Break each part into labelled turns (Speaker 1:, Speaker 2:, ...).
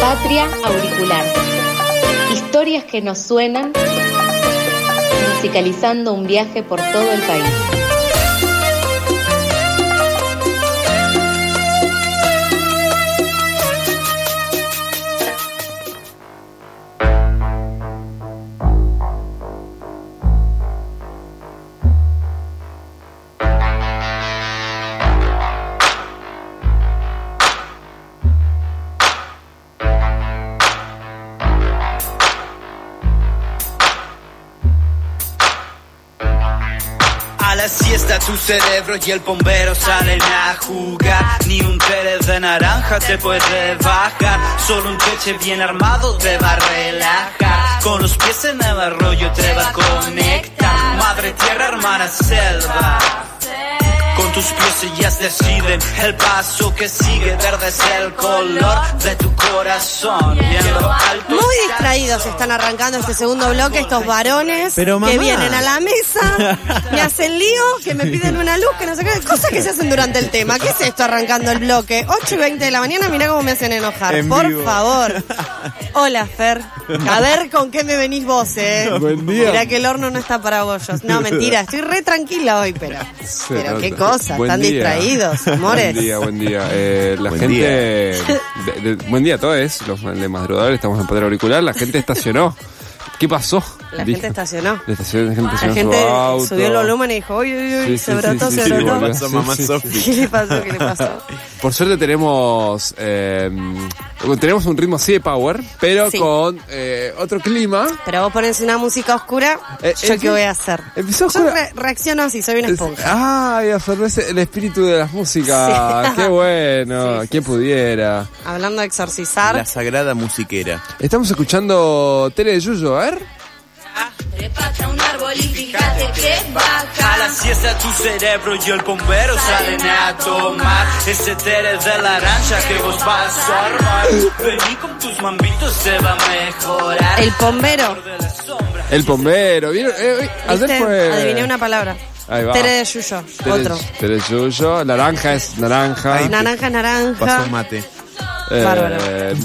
Speaker 1: Patria Auricular. Historias que nos suenan, musicalizando un viaje por todo el país.
Speaker 2: A la siesta tu cerebro y el bombero salen a jugar Ni un tele de naranja te puede bajar Solo un cheche bien armado te va a relajar Con los pies en el arroyo te va a conectar Madre tierra, hermana selva con tus pies ellas deciden el paso que sigue, verde es el color de tu corazón. Y en lo alto
Speaker 3: Muy distraídos están arrancando este segundo bloque estos varones
Speaker 4: Pero, mamá.
Speaker 3: que vienen a la mesa, me hacen lío, que me piden una luz, que no sé qué, cosas que se hacen durante el tema. ¿Qué es esto arrancando el bloque? 8 y 20 de la mañana, mirá cómo me hacen enojar,
Speaker 4: En
Speaker 3: por
Speaker 4: vivo.
Speaker 3: favor. Hola, Fer. A ver con qué me venís vos, eh.
Speaker 5: Buen día.
Speaker 3: Mirá que el horno no está para bollos. No, mentira, estoy re tranquila hoy, pero. Pero qué cosa,
Speaker 5: Buen
Speaker 3: están
Speaker 5: día.
Speaker 3: distraídos, amores.
Speaker 5: Buen día, buen día. Eh, la
Speaker 6: Buen
Speaker 5: gente.
Speaker 6: día.
Speaker 5: de- de- buen día a todos. Los de madrugadores estamos en poder auricular. La gente estacionó. ¿Qué pasó?
Speaker 3: La
Speaker 5: Dije.
Speaker 3: gente estacionó.
Speaker 5: La, estación- la gente,
Speaker 3: La
Speaker 5: estacionó
Speaker 3: gente
Speaker 5: su auto.
Speaker 3: subió el volumen y dijo, uy, uy, uy,
Speaker 5: Sí, sí,
Speaker 3: se brotó,
Speaker 5: sí,
Speaker 3: se
Speaker 5: sí, sí,
Speaker 3: brotó.
Speaker 5: boludo.
Speaker 6: mamá
Speaker 5: Sí, sí.
Speaker 6: Sofi.
Speaker 3: ¿Qué le pasó? ¿Qué le pasó?
Speaker 5: Por suerte tenemos. eh, tenemos un ritmo así de power, pero
Speaker 3: Sí.
Speaker 5: con eh, otro clima.
Speaker 3: Pero vos pones una música oscura,
Speaker 5: Eh,
Speaker 3: ¿yo
Speaker 5: eh,
Speaker 3: qué voy a hacer?
Speaker 5: Empezó
Speaker 3: Yo
Speaker 5: oscura.
Speaker 3: re- reacciono así, soy una
Speaker 5: Es-
Speaker 3: esponja.
Speaker 5: Ah, y absorbes el espíritu de las músicas.
Speaker 3: Sí.
Speaker 5: Qué bueno.
Speaker 3: Sí, sí,
Speaker 5: ¿Quién pudiera?
Speaker 3: Hablando de exorcizar,
Speaker 6: La sagrada musiquera.
Speaker 5: Estamos escuchando Tele de Yuyo, a ver.
Speaker 7: Trepate a un árbol y fíjate que
Speaker 2: A
Speaker 7: baja.
Speaker 2: la siesta tu cerebro y el bombero salen a tomar Ese tere de la rancha que vos vas a armar Vení con tus mambitos, se va a mejorar
Speaker 3: el bombero,
Speaker 2: de la sombra
Speaker 5: El bombero. ¿Vieron? Eh, eh,
Speaker 3: ¿viste?
Speaker 5: ayer fue.
Speaker 3: Adiviné una palabra.
Speaker 5: Ahí va.
Speaker 3: Tere de Yuyo,
Speaker 5: Tele-
Speaker 3: otro.
Speaker 5: Tele de Yuyo. Naranja es naranja.
Speaker 3: Naranja,
Speaker 6: Pasó
Speaker 3: naranja.
Speaker 6: mate.
Speaker 5: Eh,
Speaker 3: Bárbaro.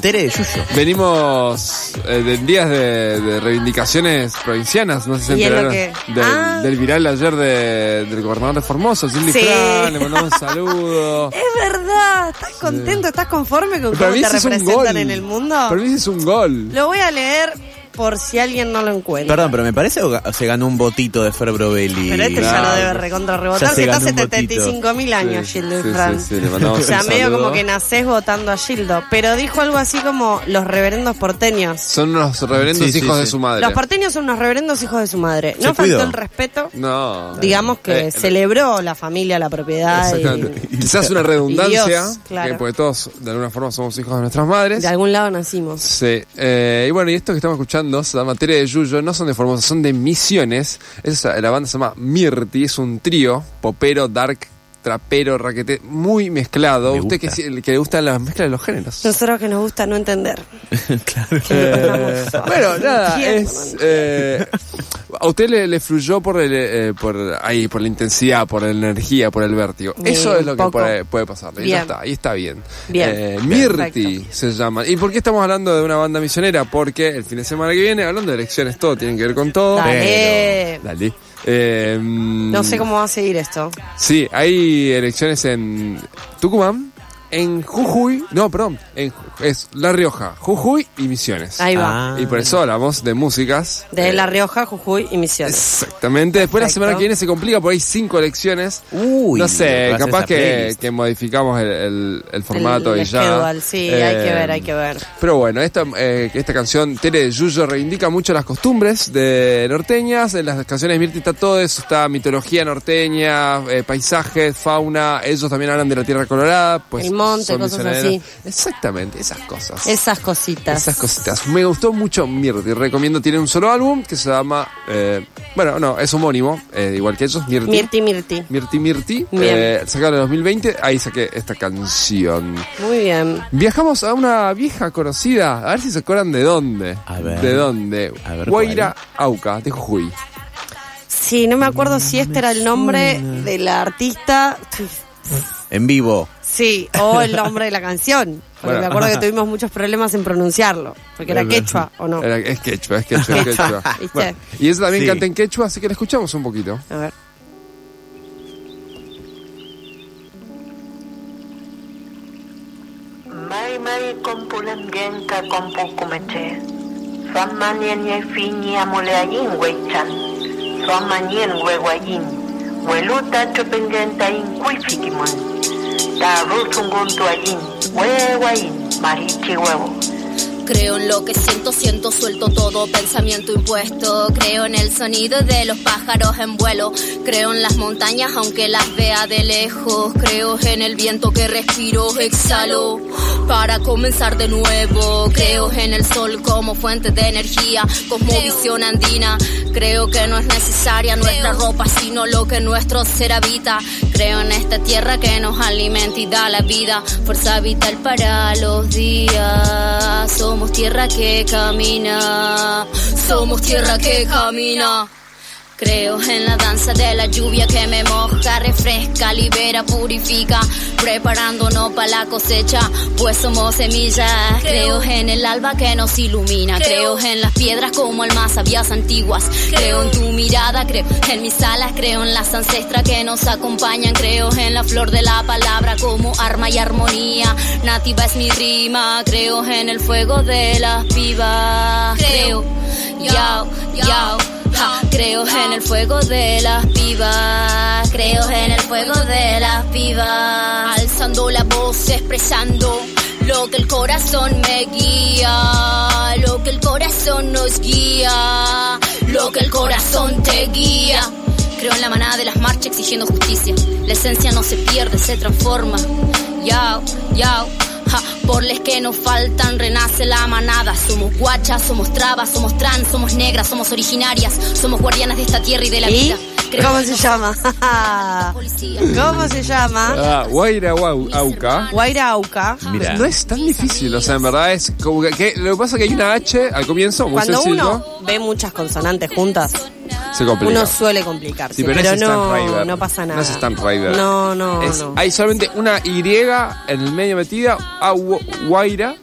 Speaker 6: Tere de Yuyo.
Speaker 5: Venimos eh, de días de, de reivindicaciones provincianas, no sé si se
Speaker 3: ¿Y es lo
Speaker 5: enteraron
Speaker 3: que-
Speaker 5: del,
Speaker 3: Ah.
Speaker 5: del viral ayer de- del gobernador de Formosa, Silvi
Speaker 3: Sí.
Speaker 5: Fran, le mandamos un saludo.
Speaker 3: Es verdad, ¿estás contento? ¿Estás conforme con
Speaker 5: Para
Speaker 3: cómo
Speaker 5: mí
Speaker 3: te
Speaker 5: ese es un gol.
Speaker 3: representan en el mundo?
Speaker 5: Para mí ese es un gol.
Speaker 3: Lo voy a leer por si alguien no lo encuentra.
Speaker 6: Perdón, pero me parece o ga- se ganó un botito de Fer Brovelli.
Speaker 3: Pero este ya
Speaker 5: Claro.
Speaker 3: no debe recontra
Speaker 6: Ya
Speaker 3: rebotar,
Speaker 6: se
Speaker 3: si está
Speaker 6: ganó un botito.
Speaker 3: 75 mil años,
Speaker 5: Sí,
Speaker 3: Gildo
Speaker 5: sí,
Speaker 3: Infran.
Speaker 5: sí, sí, le mandamos
Speaker 3: o sea,
Speaker 5: un
Speaker 3: medio
Speaker 5: saludo.
Speaker 3: como que nacés votando a Gildo. Pero dijo algo así como los reverendos porteños.
Speaker 5: Son unos reverendos
Speaker 6: Sí, sí,
Speaker 5: hijos de
Speaker 6: sí.
Speaker 5: su madre.
Speaker 3: Los porteños son unos reverendos hijos de su madre. No
Speaker 6: Se
Speaker 3: faltó
Speaker 6: cuidó.
Speaker 3: el respeto.
Speaker 5: no.
Speaker 3: Digamos que
Speaker 5: Eh,
Speaker 3: celebró la familia, la propiedad.
Speaker 5: Exactamente.
Speaker 3: Y
Speaker 5: Quizás una redundancia,
Speaker 3: Y Dios, claro.
Speaker 5: que porque todos de alguna forma somos hijos de nuestras madres.
Speaker 3: de algún lado nacimos.
Speaker 5: Sí, eh, y bueno, y esto que estamos escuchando, se llama Tere de Yuyo, no son de Formosa, son de Misiones. Es, la banda se llama Mirti, es un trío, popero, dark, trapero, raquete, muy mezclado.
Speaker 6: Me
Speaker 5: Usted que,
Speaker 6: gusta.
Speaker 5: sí- que le gustan las mezclas de los géneros.
Speaker 3: Nosotros que nos gusta no entender.
Speaker 6: claro.
Speaker 5: Eh, bueno, nada,
Speaker 3: Bien,
Speaker 5: es... eh, a usted le, le fluyó por el, eh, por ahí, por la intensidad, por la energía, por el vértigo.
Speaker 3: Bien,
Speaker 5: Eso es lo que
Speaker 3: poco.
Speaker 5: puede, puede pasarle. Y
Speaker 3: Bien.
Speaker 5: ya está, y está bien.
Speaker 3: Bien,
Speaker 5: Eh,
Speaker 3: bien,
Speaker 5: Mirti se llama. ¿Y por qué estamos hablando de una banda misionera? Porque el fin de semana que viene, hablando de elecciones, todo tiene que ver con todo.
Speaker 3: Dale.
Speaker 5: Dale. Eh, mm,
Speaker 3: No sé cómo va a seguir esto.
Speaker 5: Sí, hay elecciones en Tucumán, en Jujuy, no, perdón, en, Ju- es La Rioja, Jujuy y Misiones.
Speaker 3: Ahí va.
Speaker 5: Y por eso hablamos de músicas.
Speaker 3: De
Speaker 5: Ah, eh,
Speaker 3: La Rioja, Jujuy y Misiones.
Speaker 5: Exactamente. Después la
Speaker 3: Perfecto.
Speaker 5: semana que viene se complica porque hay cinco elecciones.
Speaker 6: Uy,
Speaker 5: no sé,
Speaker 6: vas a
Speaker 5: capaz
Speaker 6: esa
Speaker 5: que,
Speaker 6: playlist.
Speaker 5: que modificamos el, el- el formato
Speaker 3: El-
Speaker 5: y
Speaker 3: el
Speaker 5: ya.
Speaker 3: schedule, Sí, hay que
Speaker 5: Eh,
Speaker 3: ver, hay que ver.
Speaker 5: Pero bueno, esta, eh, esta canción Tere de Yuyo reivindica mucho las costumbres de norteñas. En las canciones de Mirti está todo eso, está mitología norteña, eh, paisajes, fauna. Ellos también hablan de la tierra colorada. Pues
Speaker 3: El monte,
Speaker 5: son
Speaker 3: cosas
Speaker 5: misioneros. Exactamente, esas cosas.
Speaker 3: Esas cositas.
Speaker 5: Esas cositas. Me gustó mucho Mirti. Recomiendo, tiene un solo álbum que se llama. eh, bueno, no, es homónimo, eh, igual que ellos, Mirti.
Speaker 3: Mirti, Mirti.
Speaker 5: Mirti Mirti.
Speaker 3: Bien.
Speaker 5: eh, sacado en 2020, ahí saqué esta canción.
Speaker 3: Muy bien.
Speaker 5: Viajamos a una vieja conocida, a ver si se acuerdan de dónde.
Speaker 6: A ver.
Speaker 5: ¿De dónde?
Speaker 6: A ver,
Speaker 5: Guaira Auca, de Jujuy.
Speaker 3: Sí, no me acuerdo si este era el nombre de la artista.
Speaker 6: En vivo.
Speaker 3: Sí, o el nombre de la canción. Porque
Speaker 5: Bueno.
Speaker 3: me acuerdo que tuvimos muchos problemas en pronunciarlo. Porque era quechua, ¿o no?
Speaker 5: Era- es quechua, es quechua, es quechua.
Speaker 3: ¿viste?
Speaker 5: Bueno, y eso también
Speaker 6: Sí.
Speaker 5: canta en quechua, así que la escuchamos un poquito.
Speaker 3: A ver.
Speaker 4: Mai mai compulan vienta compucumeche. Fan manien y e fini amuleayin huechan. Fan manien hueguayin. Hueluta chupengenta incuifikimun. Ta rusunguntu ayin. Hueguayin. Marichi huevo.
Speaker 7: Creo en lo que siento, siento, suelto todo pensamiento impuesto. Creo en el sonido de los pájaros en vuelo. Creo en las montañas, aunque las vea de lejos. Creo en el viento que respiro, exhalo para comenzar de nuevo. Creo en el sol como fuente de energía, cosmovisión andina. Creo que no es necesaria nuestra ropa, sino lo que nuestro ser habita. Creo en esta tierra que nos alimenta y da la vida, fuerza vital para los días. Somos tierra que camina, somos tierra que camina. Creo en la danza de la lluvia que me moja, refresca, libera, purifica, preparándonos para la cosecha, pues somos semillas. Creo en el alba que nos ilumina, creo en las piedras como almas sabias antiguas, creo en tu mirada, creo en mis alas, creo en las ancestras que nos acompañan, creo en la flor de la palabra como arma y armonía, nativa es mi rima, creo en el fuego de las pibas, creo, yao, yao. Ja, Creo en el fuego de las pibas, creo en el fuego de las pibas. Alzando la voz, expresando lo que el corazón me guía, lo que el corazón nos guía, lo que el corazón te guía. Creo en la manada de las marchas exigiendo justicia. La esencia no se pierde, se transforma. Yao, yao. Ja, por les que nos faltan renace la manada. Somos guachas, somos trabas, somos trans, somos negras, somos originarias, somos guardianas de esta tierra y de la
Speaker 3: ¿Y?
Speaker 7: vida. Creo
Speaker 3: ¿Cómo
Speaker 7: en
Speaker 3: se llama?
Speaker 7: la policía.
Speaker 3: ¿Cómo se llama?
Speaker 5: Ah, Guaira Guau-
Speaker 7: Mis
Speaker 5: Auca.
Speaker 3: Guaira Auca.
Speaker 6: Mirá.
Speaker 5: No es tan difícil, o sea, en verdad es como que, que- lo que pasa es que hay una H al comienzo, muy
Speaker 3: Cuando
Speaker 5: sencillo,
Speaker 3: uno ve muchas consonantes juntas,
Speaker 5: se complica.
Speaker 3: uno suele complicarse.
Speaker 5: Sí,
Speaker 3: pero
Speaker 5: pero, no es Stan
Speaker 3: no,
Speaker 5: Rider.
Speaker 3: no pasa nada.
Speaker 5: No es Stan Rider.
Speaker 3: No, no,
Speaker 5: Es-
Speaker 3: no.
Speaker 5: Hay solamente una Y en el medio metida, Au- Guaira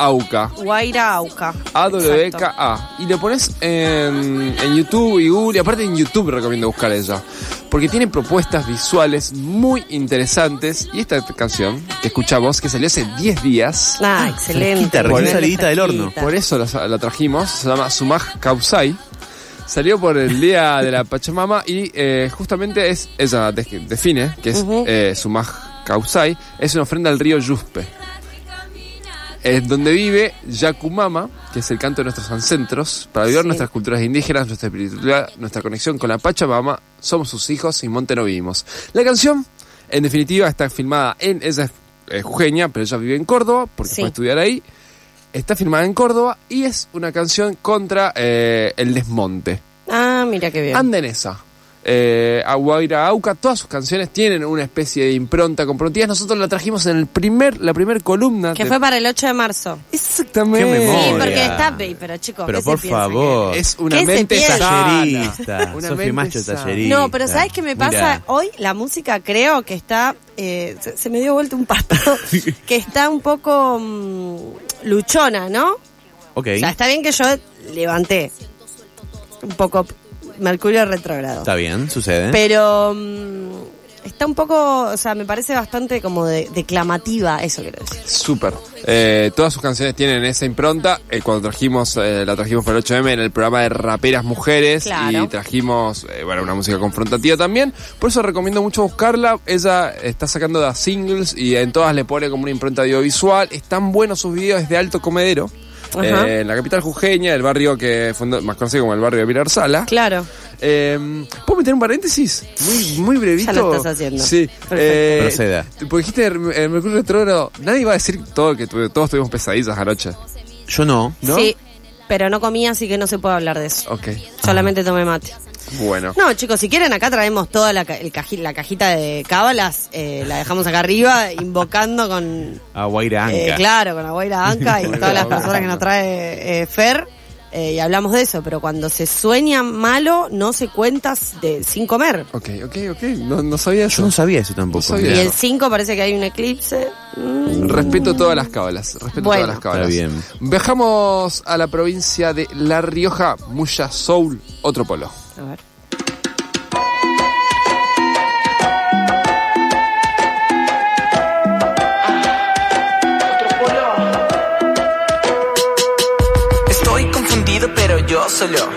Speaker 5: Auca.
Speaker 3: Guaira Auca. Exacto.
Speaker 5: A-W-K-A. Y lo pones en, en YouTube y Google. Y aparte en YouTube recomiendo buscar ella. Porque tiene propuestas visuales muy interesantes. Y esta canción que escuchamos, que salió hace 10 días.
Speaker 3: Ah, excelente.
Speaker 6: fresquita, recién
Speaker 3: Excelente,
Speaker 6: salidita del horno.
Speaker 3: fresquita.
Speaker 5: Por eso la, la trajimos. Se llama Sumaj Kausai. Salió por el día de la Pachamama y eh, justamente es ella de- define que es
Speaker 3: Ujú.
Speaker 5: eh, Sumaj Kausai. Es una ofrenda al río Yuspe. Es donde vive Yakumama, que es el canto de nuestros ancestros. Para vivir
Speaker 3: Sí.
Speaker 5: nuestras culturas indígenas, nuestra espiritualidad, nuestra conexión con la Pachamama, somos sus hijos y monte no vivimos. La canción, en definitiva, está filmada en. Ella es eh, jujeña, pero ella vive en Córdoba porque
Speaker 3: Sí.
Speaker 5: fue a estudiar ahí. Está filmada en Córdoba y es una canción contra eh, el desmonte.
Speaker 3: Ah, mira qué bien.
Speaker 5: Anda en esa. Eh, Aguaira Auca, todas sus canciones tienen una especie de impronta comprometidas. Nosotros la trajimos en el primer, la primer columna.
Speaker 3: que
Speaker 5: de-
Speaker 3: fue para el 8 de marzo.
Speaker 5: Exactamente.
Speaker 6: Qué
Speaker 3: Sí,
Speaker 6: memoria.
Speaker 3: porque está baby, pero chicos. ¿qué
Speaker 6: Pero
Speaker 3: se
Speaker 6: por
Speaker 3: piensa que-
Speaker 6: favor.
Speaker 5: Es una
Speaker 3: ¿Qué se
Speaker 5: mente
Speaker 3: piensa?
Speaker 5: sana.
Speaker 6: Tallerista.
Speaker 5: Una
Speaker 6: Sofi
Speaker 5: mente
Speaker 6: Macho
Speaker 5: sana.
Speaker 6: tallerista.
Speaker 3: No, pero ¿sabes qué me pasa?
Speaker 6: Mirá.
Speaker 3: Hoy la música creo que está... eh, se, se me dio vuelta un pasto. que está un poco mm, luchona, ¿no?
Speaker 6: Ok.
Speaker 3: O sea, está bien que yo levanté un poco Mercurio retrógrado.
Speaker 6: Está bien, sucede.
Speaker 3: Pero mm, está un poco... O sea, me parece bastante como de- declamativa, eso quiero decir.
Speaker 5: Súper. Eh, todas sus canciones tienen esa impronta. Eh, cuando trajimos, eh, la trajimos para el 8M en el programa de Raperas Mujeres
Speaker 3: Claro.
Speaker 5: y trajimos, eh, bueno, una música confrontativa también. Por eso recomiendo mucho buscarla. Ella está sacando las singles y en todas le pone como una impronta audiovisual. Están buenos sus videos, es de alto comedero.
Speaker 3: Ajá.
Speaker 5: Eh, en la capital jujeña, el barrio que fundó, más conocido como el barrio de Pilar Sala.
Speaker 3: Claro.
Speaker 5: Eh, ¿Puedo meter un paréntesis? Muy, muy brevito.
Speaker 3: Ya lo estás haciendo.
Speaker 5: Sí.
Speaker 3: Perfecto.
Speaker 5: Eh,
Speaker 6: Proceda.
Speaker 5: Porque dijiste el el Mercurio Retrógrado. Nadie va a decir todo que tuve- todos tuvimos pesadillas anoche.
Speaker 6: Yo no.
Speaker 5: ¿No?
Speaker 3: Sí, pero no comí, así que no se puede hablar de eso.
Speaker 5: Ok.
Speaker 3: Solamente tomé mate.
Speaker 5: Bueno.
Speaker 3: No, chicos, si quieren acá traemos toda la, ca- el caji- la cajita de cábalas, eh, la dejamos acá arriba, invocando con,
Speaker 6: A Guaira
Speaker 3: eh,
Speaker 6: Anca.
Speaker 3: claro, con la guaira Anca y todas las personas que nos trae eh, Fer. eh, y hablamos de eso, pero cuando se sueña malo no se cuenta de, sin comer.
Speaker 5: Ok, ok, ok. No, no sabía
Speaker 6: Yo
Speaker 5: eso.
Speaker 6: no sabía eso tampoco.
Speaker 5: No sabía.
Speaker 3: Y
Speaker 5: Bien.
Speaker 3: el 5 parece que hay un eclipse. Mm.
Speaker 5: Respeto todas las cábalas. Respeto
Speaker 3: Bueno.
Speaker 5: todas las cábalas.
Speaker 6: Está bien.
Speaker 5: Viajamos a la provincia de La Rioja, Muya Soul, otro polo.
Speaker 3: A ver.
Speaker 8: Estoy confundido, pero yo solo.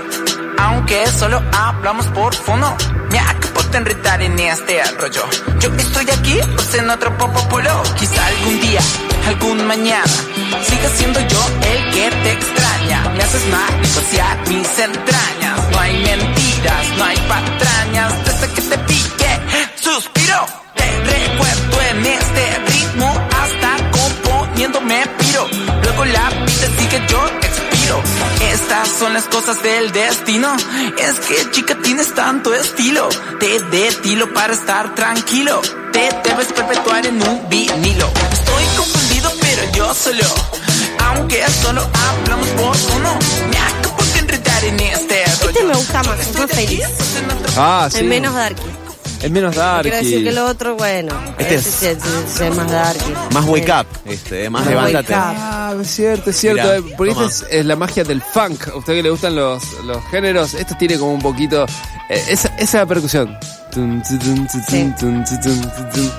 Speaker 8: Aunque solo hablamos por fono. Me acabo de enredar en este rollo. Yo estoy aquí, pues en otro popo polo. Quizá algún día, algún mañana, siga siendo yo el que te extraña. Me haces mal disociar mis entrañas. No hay mentiras, no hay patrañas. Desde que te pique, suspiro. Te recuerdo en este ritmo hasta componiéndome piro. Luego la vida sigue, yo expiro. Estas son las cosas del destino. Es que chica tienes tanto estilo. Te detilo para estar tranquilo. Te debes perpetuar en un vinilo. Estoy confundido, pero yo solo. Aunque solo hablamos por uno. Me acabo de enredar en este rollo.
Speaker 3: Este me gusta más, es más feliz.
Speaker 5: Ah, sí.
Speaker 3: Es menos darky.
Speaker 5: Es menos darky.
Speaker 3: Quiero decir que el otro, bueno.
Speaker 6: Este
Speaker 3: ese
Speaker 6: es-
Speaker 3: sí es, sí es más darky.
Speaker 6: Más wake
Speaker 3: Eh,
Speaker 6: up, este, eh, más
Speaker 3: Más
Speaker 6: levántate.
Speaker 3: wake up.
Speaker 5: Ah, es cierto, es cierto.
Speaker 6: Mirá,
Speaker 5: Eh, por ahí
Speaker 6: toma.
Speaker 5: esta es, es la magia del funk. A usted que le gustan los, los géneros, esto tiene como un poquito. eh, esa, esa es la percusión. Tum, tu, tum, tu, tum, tum, tu, tum, tu, tum.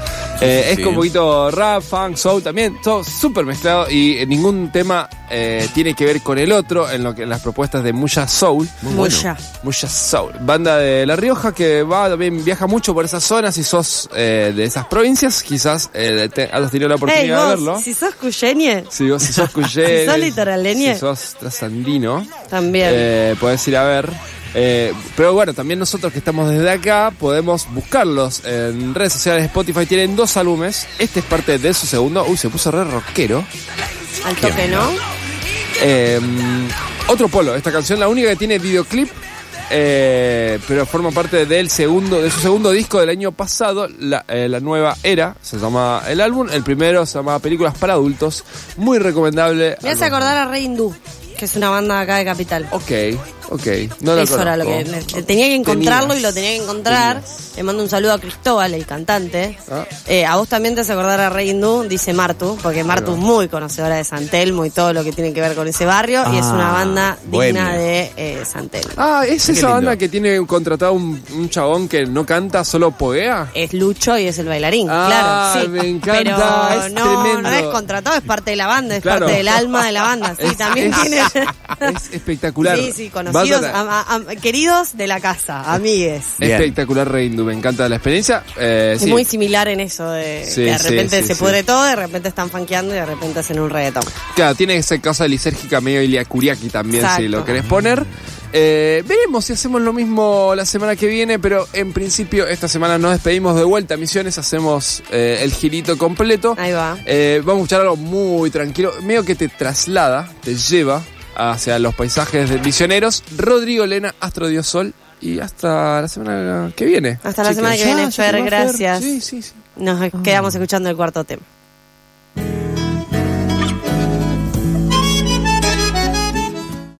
Speaker 5: Eh,
Speaker 6: Sí,
Speaker 5: es
Speaker 6: sí.
Speaker 5: como un poquito rap, funk, soul también, todo súper mezclado y eh, ningún tema eh, tiene que ver con el otro en lo que en las propuestas de Muya Soul.
Speaker 3: Muya.
Speaker 5: Mucha Soul, banda de La Rioja que va también viaja mucho por esas zonas. Si sos eh, de esas provincias, quizás eh, te- hayas tenido la oportunidad
Speaker 3: Ey,
Speaker 5: de
Speaker 3: vos,
Speaker 5: verlo.
Speaker 3: si sos cuyeñe,
Speaker 5: Si vos si sos cuyeres,
Speaker 3: Si sos litoraleñe.
Speaker 5: si sos trasandino,
Speaker 3: También.
Speaker 5: eh, podés ir a ver. Eh, pero bueno, también nosotros que estamos desde acá podemos buscarlos en redes sociales. Spotify tienen dos álbumes. Este es parte de su segundo. Uy, se puso re rockero.
Speaker 3: al toque, ¿no?
Speaker 5: Eh, otro polo, esta canción, la única que tiene videoclip, eh, pero forma parte del segundo, de su segundo disco del año pasado, la, eh, La nueva era, se llama el álbum. El primero se llama Películas para adultos, muy recomendable.
Speaker 3: Me hace acordar a Rey Hindú, que es una banda acá de Capital.
Speaker 5: Ok, ok. No lo
Speaker 3: Eso era lo que
Speaker 5: conozco.
Speaker 3: me- tenía que encontrarlo
Speaker 5: Tenías.
Speaker 3: y lo tenía que encontrar. Le mando un saludo a Cristóbal, el cantante.
Speaker 5: Ah.
Speaker 3: Eh, a vos también te hace acordar a Rey Hindú, dice Martu, porque Martu es muy conocedora de San Telmo y todo lo que tiene que ver con ese barrio. y es una
Speaker 6: Ah,
Speaker 3: banda digna
Speaker 6: bohemia.
Speaker 3: de eh, San Telmo.
Speaker 5: Ah, es esa
Speaker 6: lindo.
Speaker 5: banda que tiene contratado un, un chabón que no canta, solo poguea.
Speaker 3: Es Lucho y es el bailarín,
Speaker 5: Ah,
Speaker 3: claro. Sí.
Speaker 5: me encanta,
Speaker 3: Pero
Speaker 5: es
Speaker 3: no,
Speaker 5: tremendo.
Speaker 3: no es contratado, es parte de la banda, es
Speaker 5: Claro.
Speaker 3: parte del alma de la banda. Sí,
Speaker 5: Es-
Speaker 3: también
Speaker 5: es-
Speaker 3: tiene.
Speaker 5: es espectacular.
Speaker 3: Sí, sí, conocidos,
Speaker 5: Vas a-
Speaker 3: ama- am- queridos de la casa, amigues.
Speaker 6: Bien.
Speaker 5: Espectacular Reindu, me encanta la experiencia. Eh,
Speaker 3: Es
Speaker 5: sí.
Speaker 3: muy similar en eso de
Speaker 5: Sí,
Speaker 3: que de
Speaker 5: sí,
Speaker 3: repente
Speaker 5: sí,
Speaker 3: se
Speaker 5: sí.
Speaker 3: pudre todo, de repente están fanqueando y de repente hacen un reggaetón.
Speaker 5: Claro, tiene esa cosa lisérgica medio iliacuriaki también,
Speaker 3: Exacto.
Speaker 5: si lo querés poner. Eh, veremos si hacemos lo mismo la semana que viene, pero en principio esta semana nos despedimos de vuelta a Misiones, hacemos eh, el girito completo.
Speaker 3: Ahí va.
Speaker 5: Eh, vamos a escuchar algo muy tranquilo, medio que te traslada, te lleva hacia los paisajes de misioneros. Rodrigo Lena, Astro Dios Sol, y hasta la semana que viene.
Speaker 3: Hasta la semana que viene,
Speaker 5: Ah, ya
Speaker 3: Fer,
Speaker 5: te va,
Speaker 3: gracias.
Speaker 5: Sí, sí, sí.
Speaker 3: Nos quedamos escuchando el cuarto tema.